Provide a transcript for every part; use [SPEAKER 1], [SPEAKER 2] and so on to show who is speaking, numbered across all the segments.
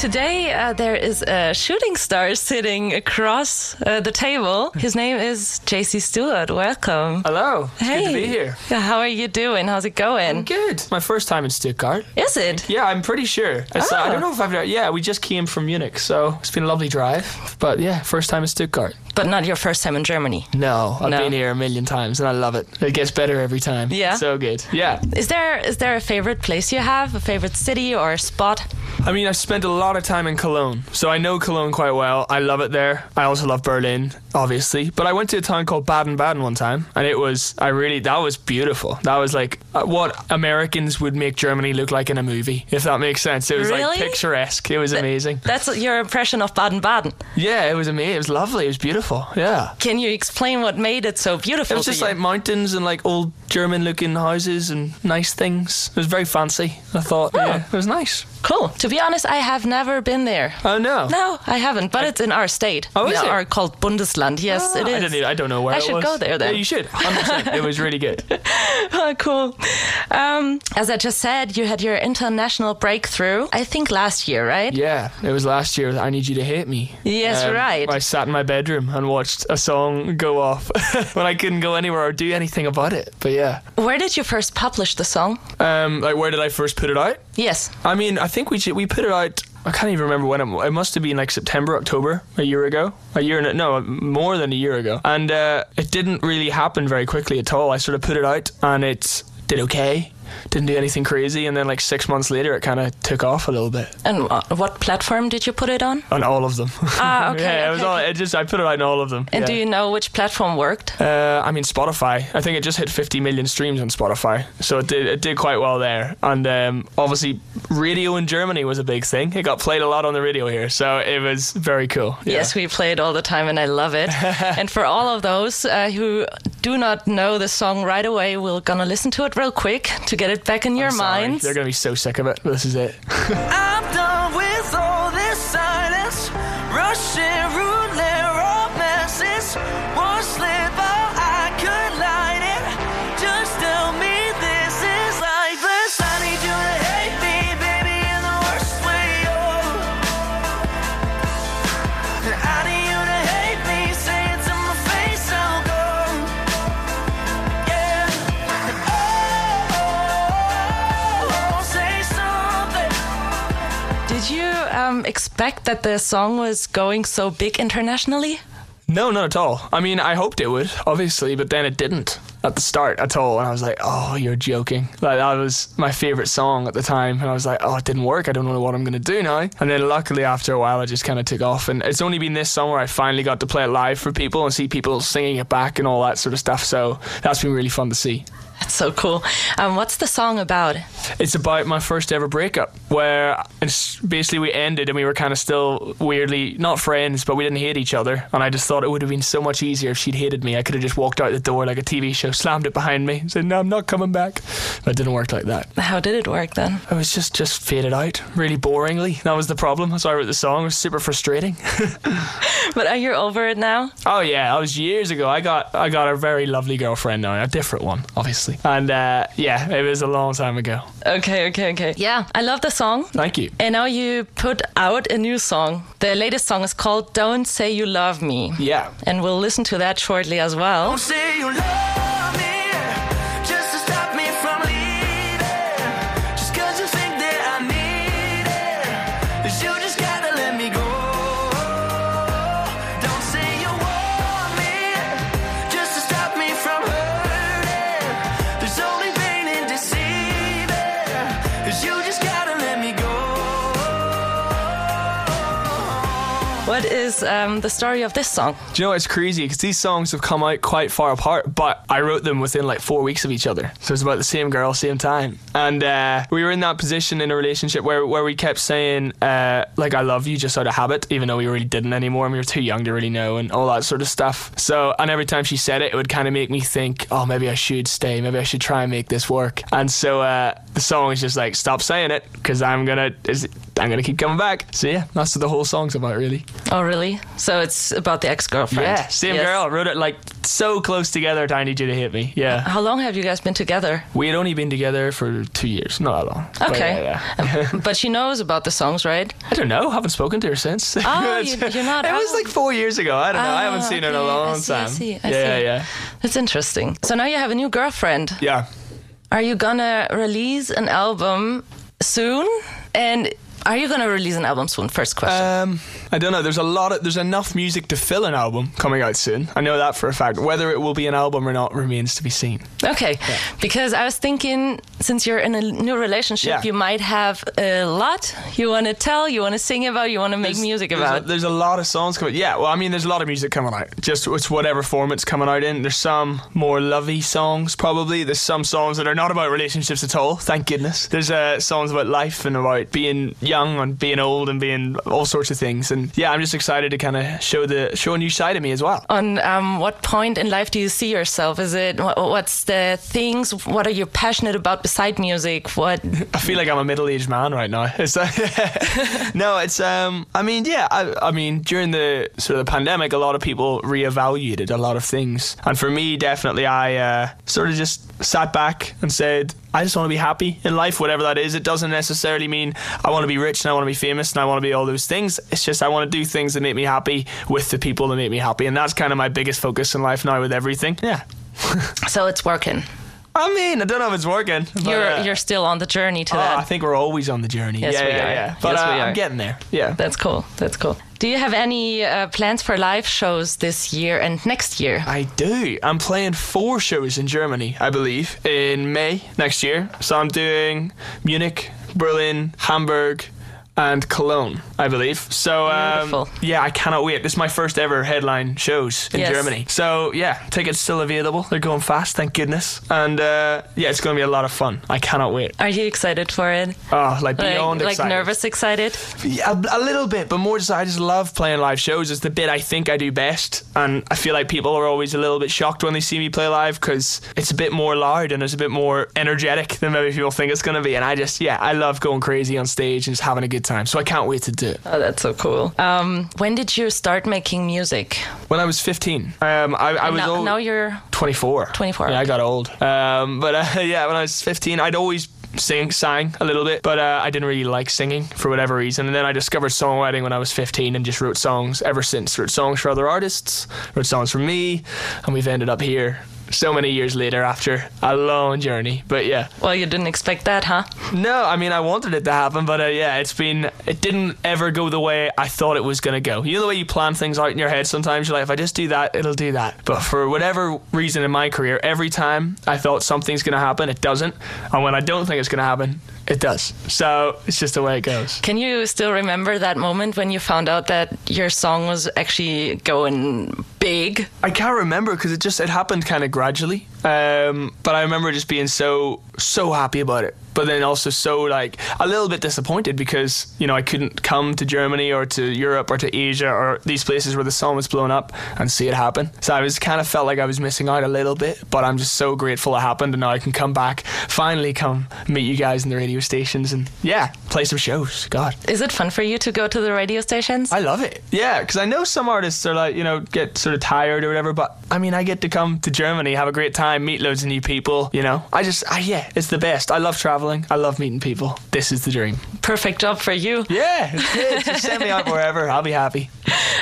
[SPEAKER 1] Today, uh, there is a shooting star sitting across uh, the table. His name is JC Stewart. Welcome.
[SPEAKER 2] Hello. It's
[SPEAKER 1] hey.
[SPEAKER 2] good to be here.
[SPEAKER 1] Yeah, How are you doing? How's it going?
[SPEAKER 2] Good. My first time in Stuttgart.
[SPEAKER 1] Is it?
[SPEAKER 2] Yeah, I'm pretty sure. I, saw,
[SPEAKER 1] Ah.
[SPEAKER 2] I don't know if I've. Yeah, we just came from Munich, so it's been a lovely drive. But yeah, first time in Stuttgart.
[SPEAKER 1] But not your first time in Germany.
[SPEAKER 2] No, I've
[SPEAKER 1] No.
[SPEAKER 2] been here a million times and I love it. It gets better every time.
[SPEAKER 1] Yeah.
[SPEAKER 2] So good. Yeah.
[SPEAKER 1] Is there is there a favorite place you have? A favorite city or a spot?
[SPEAKER 2] I mean, I've spent a lot of time in Cologne, so I know Cologne quite well. I love it there. I also love Berlin, obviously. But I went to a town called Baden Baden one time, and it was, I really, that was beautiful. That was like uh, what Americans would make Germany look like in a movie, if that makes sense. It was
[SPEAKER 1] Really?
[SPEAKER 2] like picturesque. It was amazing.
[SPEAKER 1] That's your impression of Baden-Baden.
[SPEAKER 2] Yeah, it was amazing. It was lovely. It was beautiful. Yeah.
[SPEAKER 1] Can you explain what made it so beautiful?
[SPEAKER 2] It was
[SPEAKER 1] to
[SPEAKER 2] just
[SPEAKER 1] you?
[SPEAKER 2] like mountains and like old German looking houses and nice things. It was very fancy. I thought, yeah, it was nice.
[SPEAKER 1] cool. To be honest, I have never been there.
[SPEAKER 2] Oh no.
[SPEAKER 1] No, I haven't. But it's in our state.
[SPEAKER 2] Oh, is
[SPEAKER 1] We
[SPEAKER 2] it?
[SPEAKER 1] are called Bundesland. Yes,
[SPEAKER 2] Ah,
[SPEAKER 1] it is.
[SPEAKER 2] I, didn't, even- I don't know where
[SPEAKER 1] I
[SPEAKER 2] it
[SPEAKER 1] should
[SPEAKER 2] was.
[SPEAKER 1] go there then.
[SPEAKER 2] Yeah, you should. 100%. it was really good.
[SPEAKER 1] Oh, cool. Um, as I just said, you had your international breakthrough, I think last year, right?
[SPEAKER 2] Yeah, it was last year. with I need you to hate me. Um,
[SPEAKER 1] Yes, right.
[SPEAKER 2] I sat in my bedroom and watched a song go off when I couldn't go anywhere or do anything about it. But yeah,
[SPEAKER 1] Where did you first publish the song?
[SPEAKER 2] um, like where did I first put it out?
[SPEAKER 1] Yes.
[SPEAKER 2] I mean, I think we ju- we put it out. I can't even remember when it. It must have been like September, October, a year ago, a year and a, no, more than a year ago. And uh, it didn't really happen very quickly at all. I sort of put it out, and it did okay. Didn't do anything crazy, and then like six months later, it kind of took off a little bit
[SPEAKER 1] And wha- what platform did you put it on?
[SPEAKER 2] on all of them.
[SPEAKER 1] Ah, okay.
[SPEAKER 2] yeah,
[SPEAKER 1] okay,
[SPEAKER 2] it was
[SPEAKER 1] okay.
[SPEAKER 2] all. It just I put it out on all of them.
[SPEAKER 1] And
[SPEAKER 2] yeah.
[SPEAKER 1] do you know which platform worked?
[SPEAKER 2] Uh, I mean Spotify. I think it just hit 50 million streams on Spotify, so it did it did quite well there. And um, obviously, radio in Germany was a big thing. It got played a lot on the radio here, so it was very cool. Yeah.
[SPEAKER 1] Yes, we play it all the time and I love it. and for all of those uh, who do not know the song right away, we're going to listen to it real quick to get it back in your
[SPEAKER 2] Sorry,
[SPEAKER 1] minds.
[SPEAKER 2] They're gonna be so sick of it. This is it.
[SPEAKER 3] I'm done with all this silence. Russian roulette romances. One slip, oh, I could light it. Just tell me this is lifeless. I need you to hate me, baby, in the worst way. Oh, I need you to hate me. Say it to my face, I'll go. Yeah. Oh, say something.
[SPEAKER 1] Did you um, expect that the song was going so big internationally?
[SPEAKER 2] No, not at all. I mean, I hoped it would, obviously, but then it didn't at the start at all. And I was like, oh, you're joking. Like, that was my favorite song at the time. And I was like, oh, it didn't work. I don't know what I'm going to do now. And then luckily, after a while, I just kind of took off. And it's only been this song where I finally got to play it live for people and see people singing it back and all that sort of stuff. So that's been really fun to see.
[SPEAKER 1] That's so cool. Um, what's the song about?
[SPEAKER 2] It's about my first ever breakup, where it's basically we ended and we were kind of still weirdly not friends, but we didn't hate each other. And I just thought it would have been so much easier if she'd hated me. I could have just walked out the door like a TV show, slammed it behind me, and said, "No, I'm not coming back." But it didn't work like that.
[SPEAKER 1] How did it work then?
[SPEAKER 2] I was just just faded out, really boringly. That was the problem. So I wrote the song. It was super frustrating.
[SPEAKER 1] But are you over it now?
[SPEAKER 2] Oh yeah, that was years ago. I got I got a very lovely girlfriend now, a different one, obviously. And uh, yeah, it was a long time ago.
[SPEAKER 1] Okay, okay, okay. Yeah, I love the song.
[SPEAKER 2] Thank you.
[SPEAKER 1] And now you put out a new song. The latest song is called Don't Say You Love Me.
[SPEAKER 2] Yeah.
[SPEAKER 1] And we'll listen to that shortly as well.
[SPEAKER 3] Don't say you love me just to stop me from leaving. Just 'cause you think that I need it. 'Cause you just gotta let me go. Don't say you want me just to stop me from hurting. There's only pain in deceiving. 'Cause you just gotta let me go.
[SPEAKER 1] What is um, the story of this song?
[SPEAKER 2] Do you know it's crazy because these songs have come out quite far apart, but I wrote them within like four weeks of each other. So it's about the same girl, same time. And uh, we were in that position in a relationship where where we kept saying uh, like I love you just out of habit, even though we really didn't anymore, and we were too young to really know and all that sort of stuff. So and every time she said it, it would kind of make me think, oh maybe I should stay, maybe I should try and make this work. And so uh, the song is just like stop saying it because I'm gonna. Is, I'm gonna keep coming back. So yeah, that's what the whole song's about, really.
[SPEAKER 1] Oh, really? So it's about the ex-girlfriend.
[SPEAKER 2] Yeah, same
[SPEAKER 1] Yes.
[SPEAKER 2] girl wrote it like so close together. Tiny Judah hit me. Yeah,
[SPEAKER 1] How long have you guys been together?
[SPEAKER 2] we had only been together for two years, not that long. But,
[SPEAKER 1] Okay. Um,
[SPEAKER 2] yeah, yeah.
[SPEAKER 1] but she knows about the songs, right?
[SPEAKER 2] I don't know. Haven't spoken to her since.
[SPEAKER 1] Oh,
[SPEAKER 2] It's-
[SPEAKER 1] you- you're not
[SPEAKER 2] It was
[SPEAKER 1] out.
[SPEAKER 2] like four years ago. I don't know. I haven't
[SPEAKER 1] Ah,
[SPEAKER 2] seen her in a
[SPEAKER 1] okay. I
[SPEAKER 2] long
[SPEAKER 1] see, I
[SPEAKER 2] time.
[SPEAKER 1] see, I
[SPEAKER 2] yeah,
[SPEAKER 1] see.
[SPEAKER 2] yeah,
[SPEAKER 1] That's interesting. So now you have a new girlfriend.
[SPEAKER 2] yeah.
[SPEAKER 1] Are you gonna release an album soon? And are you gonna release an album soon? First question.
[SPEAKER 2] Um, I don't know. There's a lot of there's enough music to fill an album coming out soon. I know that for a fact. Whether it will be an album or not remains to be seen.
[SPEAKER 1] okay, because I was thinking since you're in a new relationship,
[SPEAKER 2] Yeah.
[SPEAKER 1] you might have a lot you want to tell, you want to sing about, you want to make music
[SPEAKER 2] there's
[SPEAKER 1] about.
[SPEAKER 2] A, there's a lot of songs coming. Yeah, well, I mean, there's a lot of music coming out. Just it's whatever form it's coming out in. There's some more lovey songs probably. There's some songs that are not about relationships at all. Thank goodness. There's uh, songs about life and about being young and being old and being all sorts of things. And yeah, I'm just excited to kind of show the show a new side of me as well.
[SPEAKER 1] on um, what point in life do you see yourself? Is it wha- what's the things? What are you passionate about beside music? What
[SPEAKER 2] I feel like I'm a middle-aged man right now. It's like- no, it's um. I mean, yeah. I, I mean, during the sort of the pandemic, a lot of people reevaluated a lot of things, and for me, definitely, I uh, sort of just sat back and said, I just want to be happy in life, whatever that is. It doesn't necessarily mean I want to be rich and I want to be famous and I want to be all those things. It's just I want to do things that make me happy with the people that make me happy, and that's kind of my biggest focus in life now with everything. Yeah.
[SPEAKER 1] so it's working.
[SPEAKER 2] I mean, I don't know if it's working. but,
[SPEAKER 1] You're
[SPEAKER 2] uh,
[SPEAKER 1] you're still on the journey to
[SPEAKER 2] Oh, I
[SPEAKER 1] that.
[SPEAKER 2] think we're always on the journey.
[SPEAKER 1] Yes,
[SPEAKER 2] yeah,
[SPEAKER 1] we
[SPEAKER 2] yeah,
[SPEAKER 1] are.
[SPEAKER 2] yeah. But
[SPEAKER 1] Yes,
[SPEAKER 2] uh,
[SPEAKER 1] we are.
[SPEAKER 2] I'm getting there. Yeah.
[SPEAKER 1] That's cool. That's cool. Do you have any uh, plans for live shows this year and next year?
[SPEAKER 2] I do. I'm playing four shows in Germany, I believe, in May next year. So I'm doing Munich, Berlin, Hamburg, and Cologne, I believe. So um,
[SPEAKER 1] Beautiful.
[SPEAKER 2] yeah, I cannot wait. This is my first ever headline shows in
[SPEAKER 1] Yes.
[SPEAKER 2] Germany. So yeah, tickets still available. They're going fast, thank goodness. And uh, yeah, it's going to be a lot of fun. I cannot wait.
[SPEAKER 1] Are you excited for it?
[SPEAKER 2] Oh,
[SPEAKER 1] Like,
[SPEAKER 2] like beyond
[SPEAKER 1] like
[SPEAKER 2] excited.
[SPEAKER 1] nervous, excited?
[SPEAKER 2] Yeah, a, a little bit, but more just I just love playing live shows. It's the bit I think I do best, and I feel like people are always a little bit shocked when they see me play live because it's a bit more loud and it's a bit more energetic than maybe people think it's gonna be. And I just yeah, I love going crazy on stage and just having a good time. So I can't wait to do it.
[SPEAKER 1] Oh, that's so cool. Um, when did you start making music?
[SPEAKER 2] When I was 15, um, I, I was
[SPEAKER 1] now,
[SPEAKER 2] old.
[SPEAKER 1] now you're
[SPEAKER 2] 24.
[SPEAKER 1] 24.
[SPEAKER 2] Yeah, I got old. Um, but uh, yeah, when I was 15, I'd always sing, sang a little bit, but uh, I didn't really like singing for whatever reason. And then I discovered songwriting when I was 15 and just wrote songs ever since. Wrote songs for other artists, wrote songs for me, and we've ended up here so many years later after a long journey. But yeah.
[SPEAKER 1] well. You didn't expect that, huh?
[SPEAKER 2] No, I mean I wanted it to happen, but uh, yeah, it's been it didn't ever go the way I thought it was gonna go. You know the way you plan things out in your head. Sometimes you're like, if I just do that, it'll do that. But for whatever reason in my career, every time I thought something's gonna happen, it doesn't, and when I don't think it's gonna happen, it does. So it's just the way it goes.
[SPEAKER 1] Can you still remember that moment when you found out that your song was actually going big?
[SPEAKER 2] I can't remember because it just it happened kind of gradually. Um, but I remember just being so so happy about it, but then also so like a little bit disappointed because you know I couldn't come to Germany or to Europe or to Asia or these places where the song was blown up and see it happen. So I was kind of felt like I was missing out a little bit, but I'm just so grateful it happened and now I can come back, finally come meet you guys in the radio stations and yeah, play some shows. God.
[SPEAKER 1] Is it fun for you to go to the radio stations?
[SPEAKER 2] I love it. Yeah, because I know some artists are like, you know, get sort of tired or whatever, but I mean, I get to come to Germany, have a great time, meet loads of new people, you know? I just, I, yeah, it's the best. I love traveling. I love meeting people. This is the dream.
[SPEAKER 1] Perfect job for you.
[SPEAKER 2] Yeah, it's good. just send me out wherever. I'll be happy.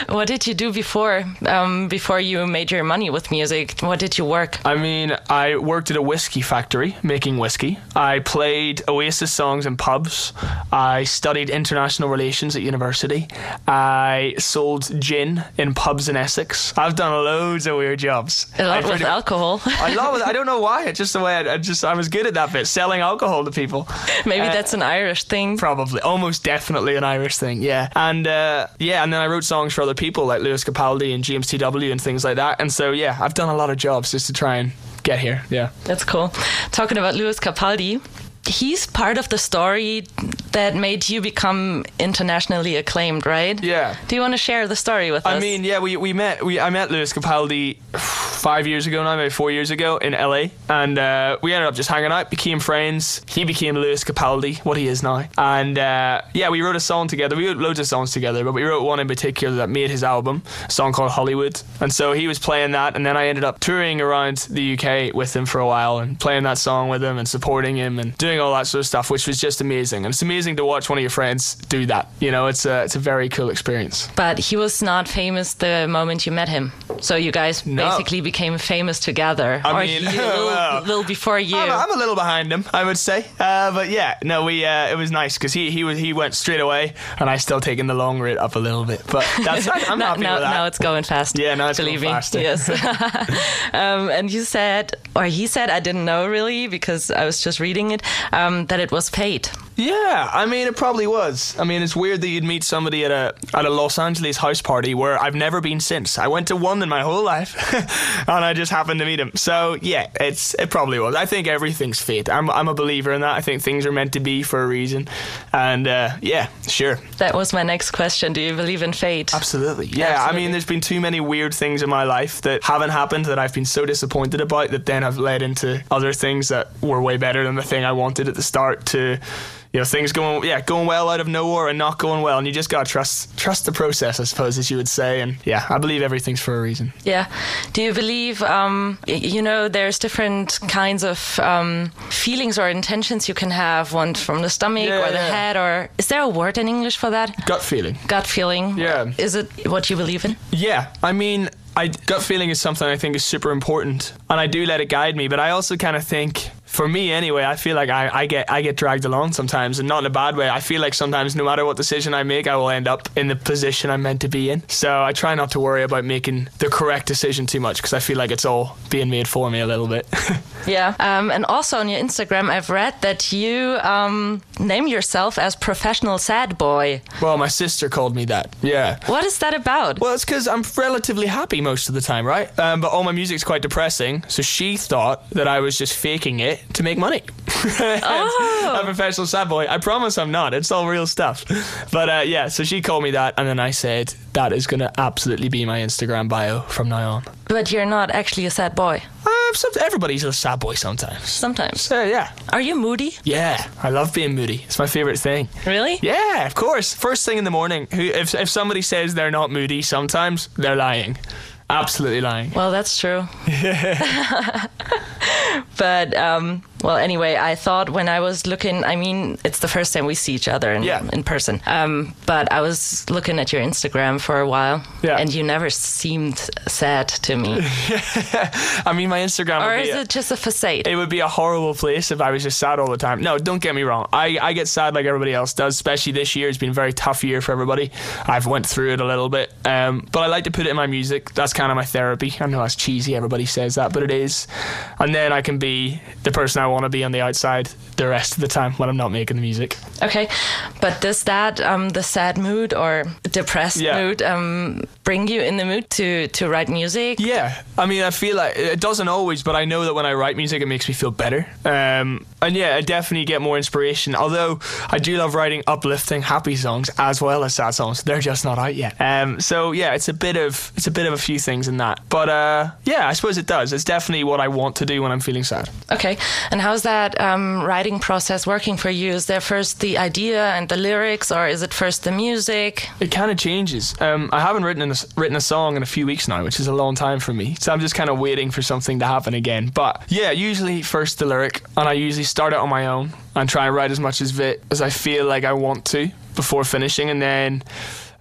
[SPEAKER 1] What did you do before um, before you made your money with music? What did you work?
[SPEAKER 2] I mean, I worked at a whiskey factory making whiskey. I played Oasis songs in pubs. I studied international relations at university. I sold gin in pubs in Essex. I've done loads of weird jobs.
[SPEAKER 1] A
[SPEAKER 2] I
[SPEAKER 1] lot with
[SPEAKER 2] pretty-
[SPEAKER 1] alcohol.
[SPEAKER 2] I love it. I don't know why. It's just the way I, I just I was good at that bit, selling alcohol to people.
[SPEAKER 1] Maybe
[SPEAKER 2] uh,
[SPEAKER 1] that's an Irish thing.
[SPEAKER 2] Probably, almost definitely an Irish thing. Yeah, and uh, yeah, and then I wrote songs for other people like Lewis Capaldi and James T.W. and things like that. And so yeah, I've done a lot of jobs just to try and get here. Yeah.
[SPEAKER 1] That's cool. Talking about Lewis Capaldi, he's part of the story that made you become internationally acclaimed, right?
[SPEAKER 2] Yeah.
[SPEAKER 1] Do you want to share the story with us?
[SPEAKER 2] I mean, yeah, we, we met. We I met Lewis Capaldi five years ago now, maybe four years ago in LA, and uh, we ended up just hanging out, became friends. He became Lewis Capaldi, what he is now, and uh, yeah, we wrote a song together. We wrote loads of songs together, but we wrote one in particular that made his album, a song called Hollywood. And so he was playing that, and then I ended up touring around the UK with him for a while and playing that song with him and supporting him and doing all that sort of stuff, which was just amazing. And it's amazing to watch one of your friends do that. You know, it's a it's a very cool experience.
[SPEAKER 1] but he was not famous the moment you met him. So you guys
[SPEAKER 2] No.
[SPEAKER 1] basically became famous together.
[SPEAKER 2] I
[SPEAKER 1] or
[SPEAKER 2] mean,
[SPEAKER 1] he a little,
[SPEAKER 2] well,
[SPEAKER 1] little before you.
[SPEAKER 2] I'm, I'm a little behind him, I would say. Uh, but yeah, no, we uh, it was nice because he he was he went straight away, and I still taking the long route up a little bit. But that's I, am
[SPEAKER 1] No,
[SPEAKER 2] happy
[SPEAKER 1] no,
[SPEAKER 2] with that.
[SPEAKER 1] no, it's going fast.
[SPEAKER 2] Yeah, no, it's
[SPEAKER 1] believe
[SPEAKER 2] going
[SPEAKER 1] me.
[SPEAKER 2] faster.
[SPEAKER 1] Yes. um, and you said, or he said, I didn't know really because I was just reading it, um, that it was paid.
[SPEAKER 2] Yeah, I mean it probably was. I mean it's weird that you'd meet somebody at a at a Los Angeles house party where I've never been since. I went to one in my whole life, and I just happened to meet him. So yeah, it's it probably was. I think everything's fate. I'm I'm a believer in that. I think things are meant to be for a reason, and uh, yeah, sure.
[SPEAKER 1] That was my next question. Do you believe in fate?
[SPEAKER 2] Absolutely. Yeah, I
[SPEAKER 1] Absolutely.
[SPEAKER 2] mean, there's been too many weird things in my life that haven't happened that I've been so disappointed about that then have led into other things that were way better than the thing I wanted at the start to. You know, things going yeah, going well out of nowhere and not going well, and you just gotta trust trust the process, I suppose, as you would say. And yeah, I believe everything's for a reason.
[SPEAKER 1] Yeah. Do you believe, um, y- you know, there's different kinds of um, feelings or intentions you can have, one from the stomach or
[SPEAKER 2] Yeah,
[SPEAKER 1] the
[SPEAKER 2] yeah.
[SPEAKER 1] head, or is there a word in English for that?
[SPEAKER 2] Gut feeling.
[SPEAKER 1] Gut feeling.
[SPEAKER 2] Yeah.
[SPEAKER 1] Is it what you believe in?
[SPEAKER 2] Yeah, I mean, I gut feeling is something I think is super important, and I do let it guide me. But I also kind of think, for me anyway, I feel like I, I get I get dragged along sometimes, and not in a bad way. I feel like sometimes, no matter what decision I make, I will end up in the position I'm meant to be in. So I try not to worry about making the correct decision too much because I feel like it's all being made for me a little bit.
[SPEAKER 1] Yeah. Um, and also on your Instagram, I've read that you um, name yourself as professional sad boy.
[SPEAKER 2] well, my sister called me that. Yeah.
[SPEAKER 1] What is that about?
[SPEAKER 2] Well, it's because I'm relatively happy most of the time, right? Um, but all my music's quite depressing. So she thought that I was just faking it to make money.
[SPEAKER 1] Oh.
[SPEAKER 2] I'm a professional sad boy. I promise I'm not. It's all real stuff. But uh, yeah, so she called me that, and then I said that is going to absolutely be my Instagram bio from now on.
[SPEAKER 1] but you're not actually a sad boy.
[SPEAKER 2] Uh, some, everybody's a sad boy sometimes.
[SPEAKER 1] Sometimes.
[SPEAKER 2] So yeah,
[SPEAKER 1] Are you moody?
[SPEAKER 2] yeah. I love being moody. It's my favorite thing.
[SPEAKER 1] Really?
[SPEAKER 2] Yeah, of course. First thing in the morning. Who, if if somebody says they're not moody, sometimes they're lying. Absolutely lying.
[SPEAKER 1] Well, that's true. but um, well, anyway, I thought when I was looking, I mean, it's the first time we see each other in,
[SPEAKER 2] Yeah.
[SPEAKER 1] in person. Um, but I was looking at your Instagram for a while,
[SPEAKER 2] Yeah.
[SPEAKER 1] and you never seemed sad to me.
[SPEAKER 2] I mean, my Instagram
[SPEAKER 1] or
[SPEAKER 2] would
[SPEAKER 1] is
[SPEAKER 2] be.
[SPEAKER 1] it just a facade?
[SPEAKER 2] it would be a horrible place if I was just sad all the time. No, don't get me wrong. I, I get sad like everybody else does, especially this year. It's been a very tough year for everybody. I've went through it a little bit. Um, but I like to put it in my music. That's kind of my therapy. I know that's cheesy. Everybody says that, but it is. And then I can be the person I want to be on the outside the rest of the time when I'm not making the music.
[SPEAKER 1] okay, but does that um, the sad mood or depressed
[SPEAKER 2] Yeah.
[SPEAKER 1] mood um, bring you in the mood to to write music?
[SPEAKER 2] Yeah, I mean, I feel like it doesn't always, but I know that when I write music, it makes me feel better. Um, and yeah, I definitely get more inspiration. Although I do love writing uplifting, happy songs as well as sad songs. They're just not out yet. Um, so yeah, it's a bit of it's a bit of a few things in that. But uh, yeah, I suppose it does. It's definitely what I want to do when I'm feeling sad.
[SPEAKER 1] Okay, and how's that um, writing process working for you? Is there first the idea and the lyrics, or is it first the music?
[SPEAKER 2] It kind of changes. Um, I haven't written a, s- written a song in a few weeks now, which is a long time for me. So I'm just kind of waiting for something to happen again. But yeah, usually first the lyric, and I usually start out on my own and try and write as much as it as I feel like I want to before finishing, and then.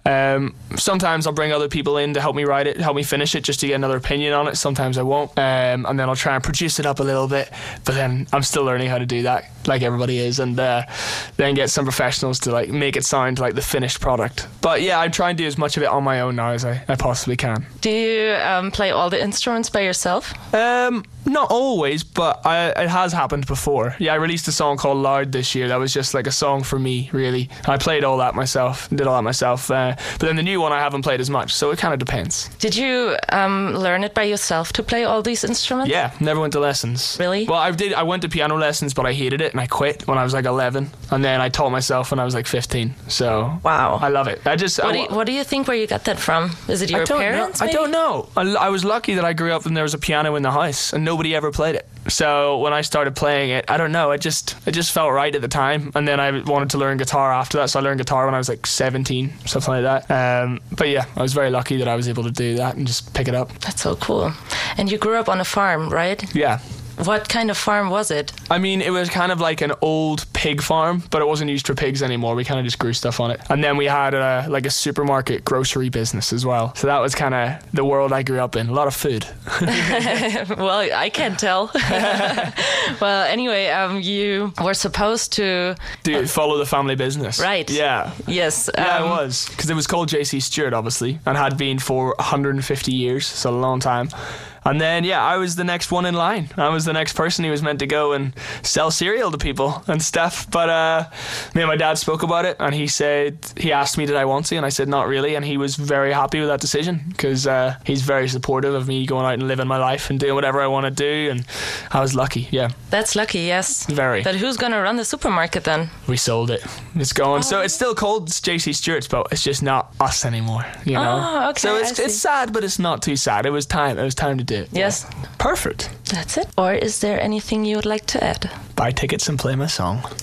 [SPEAKER 2] Um, sometimes I'll bring other people in to help me write it, help me finish it, just to get another opinion on it. Sometimes I won't, um, and then I'll try and produce it up a little bit. But then I'm still learning how to do that, like everybody is, and uh, then get some professionals to like make it sound like the finished product. But yeah, I try and do as much of it on my own now as I, I possibly can.
[SPEAKER 1] Do you um, play all the instruments by yourself?
[SPEAKER 2] Um, not always, but I, it has happened before. Yeah, I released a song called "Loud" this year. That was just like a song for me, really. I played all that myself, did all that myself. Uh, Uh, but then the new one I haven't played as much, so it kind of depends.
[SPEAKER 1] Did you um, learn it by yourself to play all these instruments?
[SPEAKER 2] Yeah, never went to lessons.
[SPEAKER 1] Really?
[SPEAKER 2] Well, I did. I went to piano lessons, but I hated it and I quit when I was like 11. And then I taught myself when I was like 15. So
[SPEAKER 1] Wow.
[SPEAKER 2] I love it. I just
[SPEAKER 1] What
[SPEAKER 2] I,
[SPEAKER 1] do, you, what do you think where you got that from? Is it your
[SPEAKER 2] I don't
[SPEAKER 1] parents?
[SPEAKER 2] Know. I
[SPEAKER 1] maybe?
[SPEAKER 2] don't know. I, l- I was lucky that I grew up and there was a piano in the house and nobody ever played it. So when I started playing it, I don't know. It just it just felt right at the time. And then I wanted to learn guitar after that, so I learned guitar when I was like 17, something like that. Um, but yeah, I was very lucky that I was able to do that and just pick it up.
[SPEAKER 1] That's so cool. And you grew up on a farm, right?
[SPEAKER 2] Yeah.
[SPEAKER 1] What kind of farm was it?
[SPEAKER 2] I mean, it was kind of like an old pig farm, but it wasn't used for pigs anymore. We kind of just grew stuff on it. And then we had a, like a supermarket grocery business as well. So that was kind of the world I grew up in. A lot of food.
[SPEAKER 1] well, I can't tell. well, anyway, um, you were supposed to.
[SPEAKER 2] Dude, follow the family business.
[SPEAKER 1] Right.
[SPEAKER 2] Yeah.
[SPEAKER 1] Yes. Um,
[SPEAKER 2] Yeah, it was Mm-hmm. because it was called J.C. Stewart, obviously, and had been for 150 years, so a long time. And then, yeah, I was the next one in line. I was the next person who was meant to go and sell cereal to people and stuff. But uh, me and my dad spoke about it, and he said he asked me, "Did I want to?" And I said, "Not really." And he was very happy with that decision because uh, he's very supportive of me going out and living my life and doing whatever I want to do. And I was lucky. Yeah,
[SPEAKER 1] That's lucky, yes.
[SPEAKER 2] Very.
[SPEAKER 1] But who's going to run the supermarket then?
[SPEAKER 2] we sold it. It's gone. So
[SPEAKER 1] Oh.
[SPEAKER 2] it's still called J.C. Stewart's, but it's just not us anymore. You know.
[SPEAKER 1] Oh, okay,
[SPEAKER 2] So
[SPEAKER 1] I
[SPEAKER 2] it's
[SPEAKER 1] see.
[SPEAKER 2] it's sad, but it's not too sad. It was time. It was time to do it.
[SPEAKER 1] Yes.
[SPEAKER 2] Perfect.
[SPEAKER 1] That's it. Or is there anything you would like to add?
[SPEAKER 2] Buy tickets and play my song.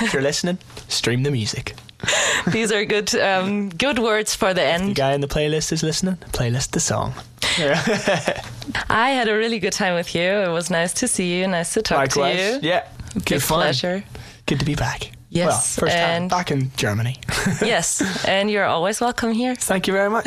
[SPEAKER 2] if you're listening, stream the music.
[SPEAKER 1] These are good, um, good words for the
[SPEAKER 2] The
[SPEAKER 1] end.
[SPEAKER 2] guy in the playlist is listening. Playlist the song.
[SPEAKER 1] I had a really good time with you. It was nice to see you. Nice to talk to you.
[SPEAKER 2] Yeah. Good
[SPEAKER 1] Big
[SPEAKER 2] fun.
[SPEAKER 1] pleasure.
[SPEAKER 2] Good to be back.
[SPEAKER 1] Yes,
[SPEAKER 2] Well, first time
[SPEAKER 1] and-
[SPEAKER 2] back in Germany.
[SPEAKER 1] yes, and you're always welcome here.
[SPEAKER 2] Thank you very much.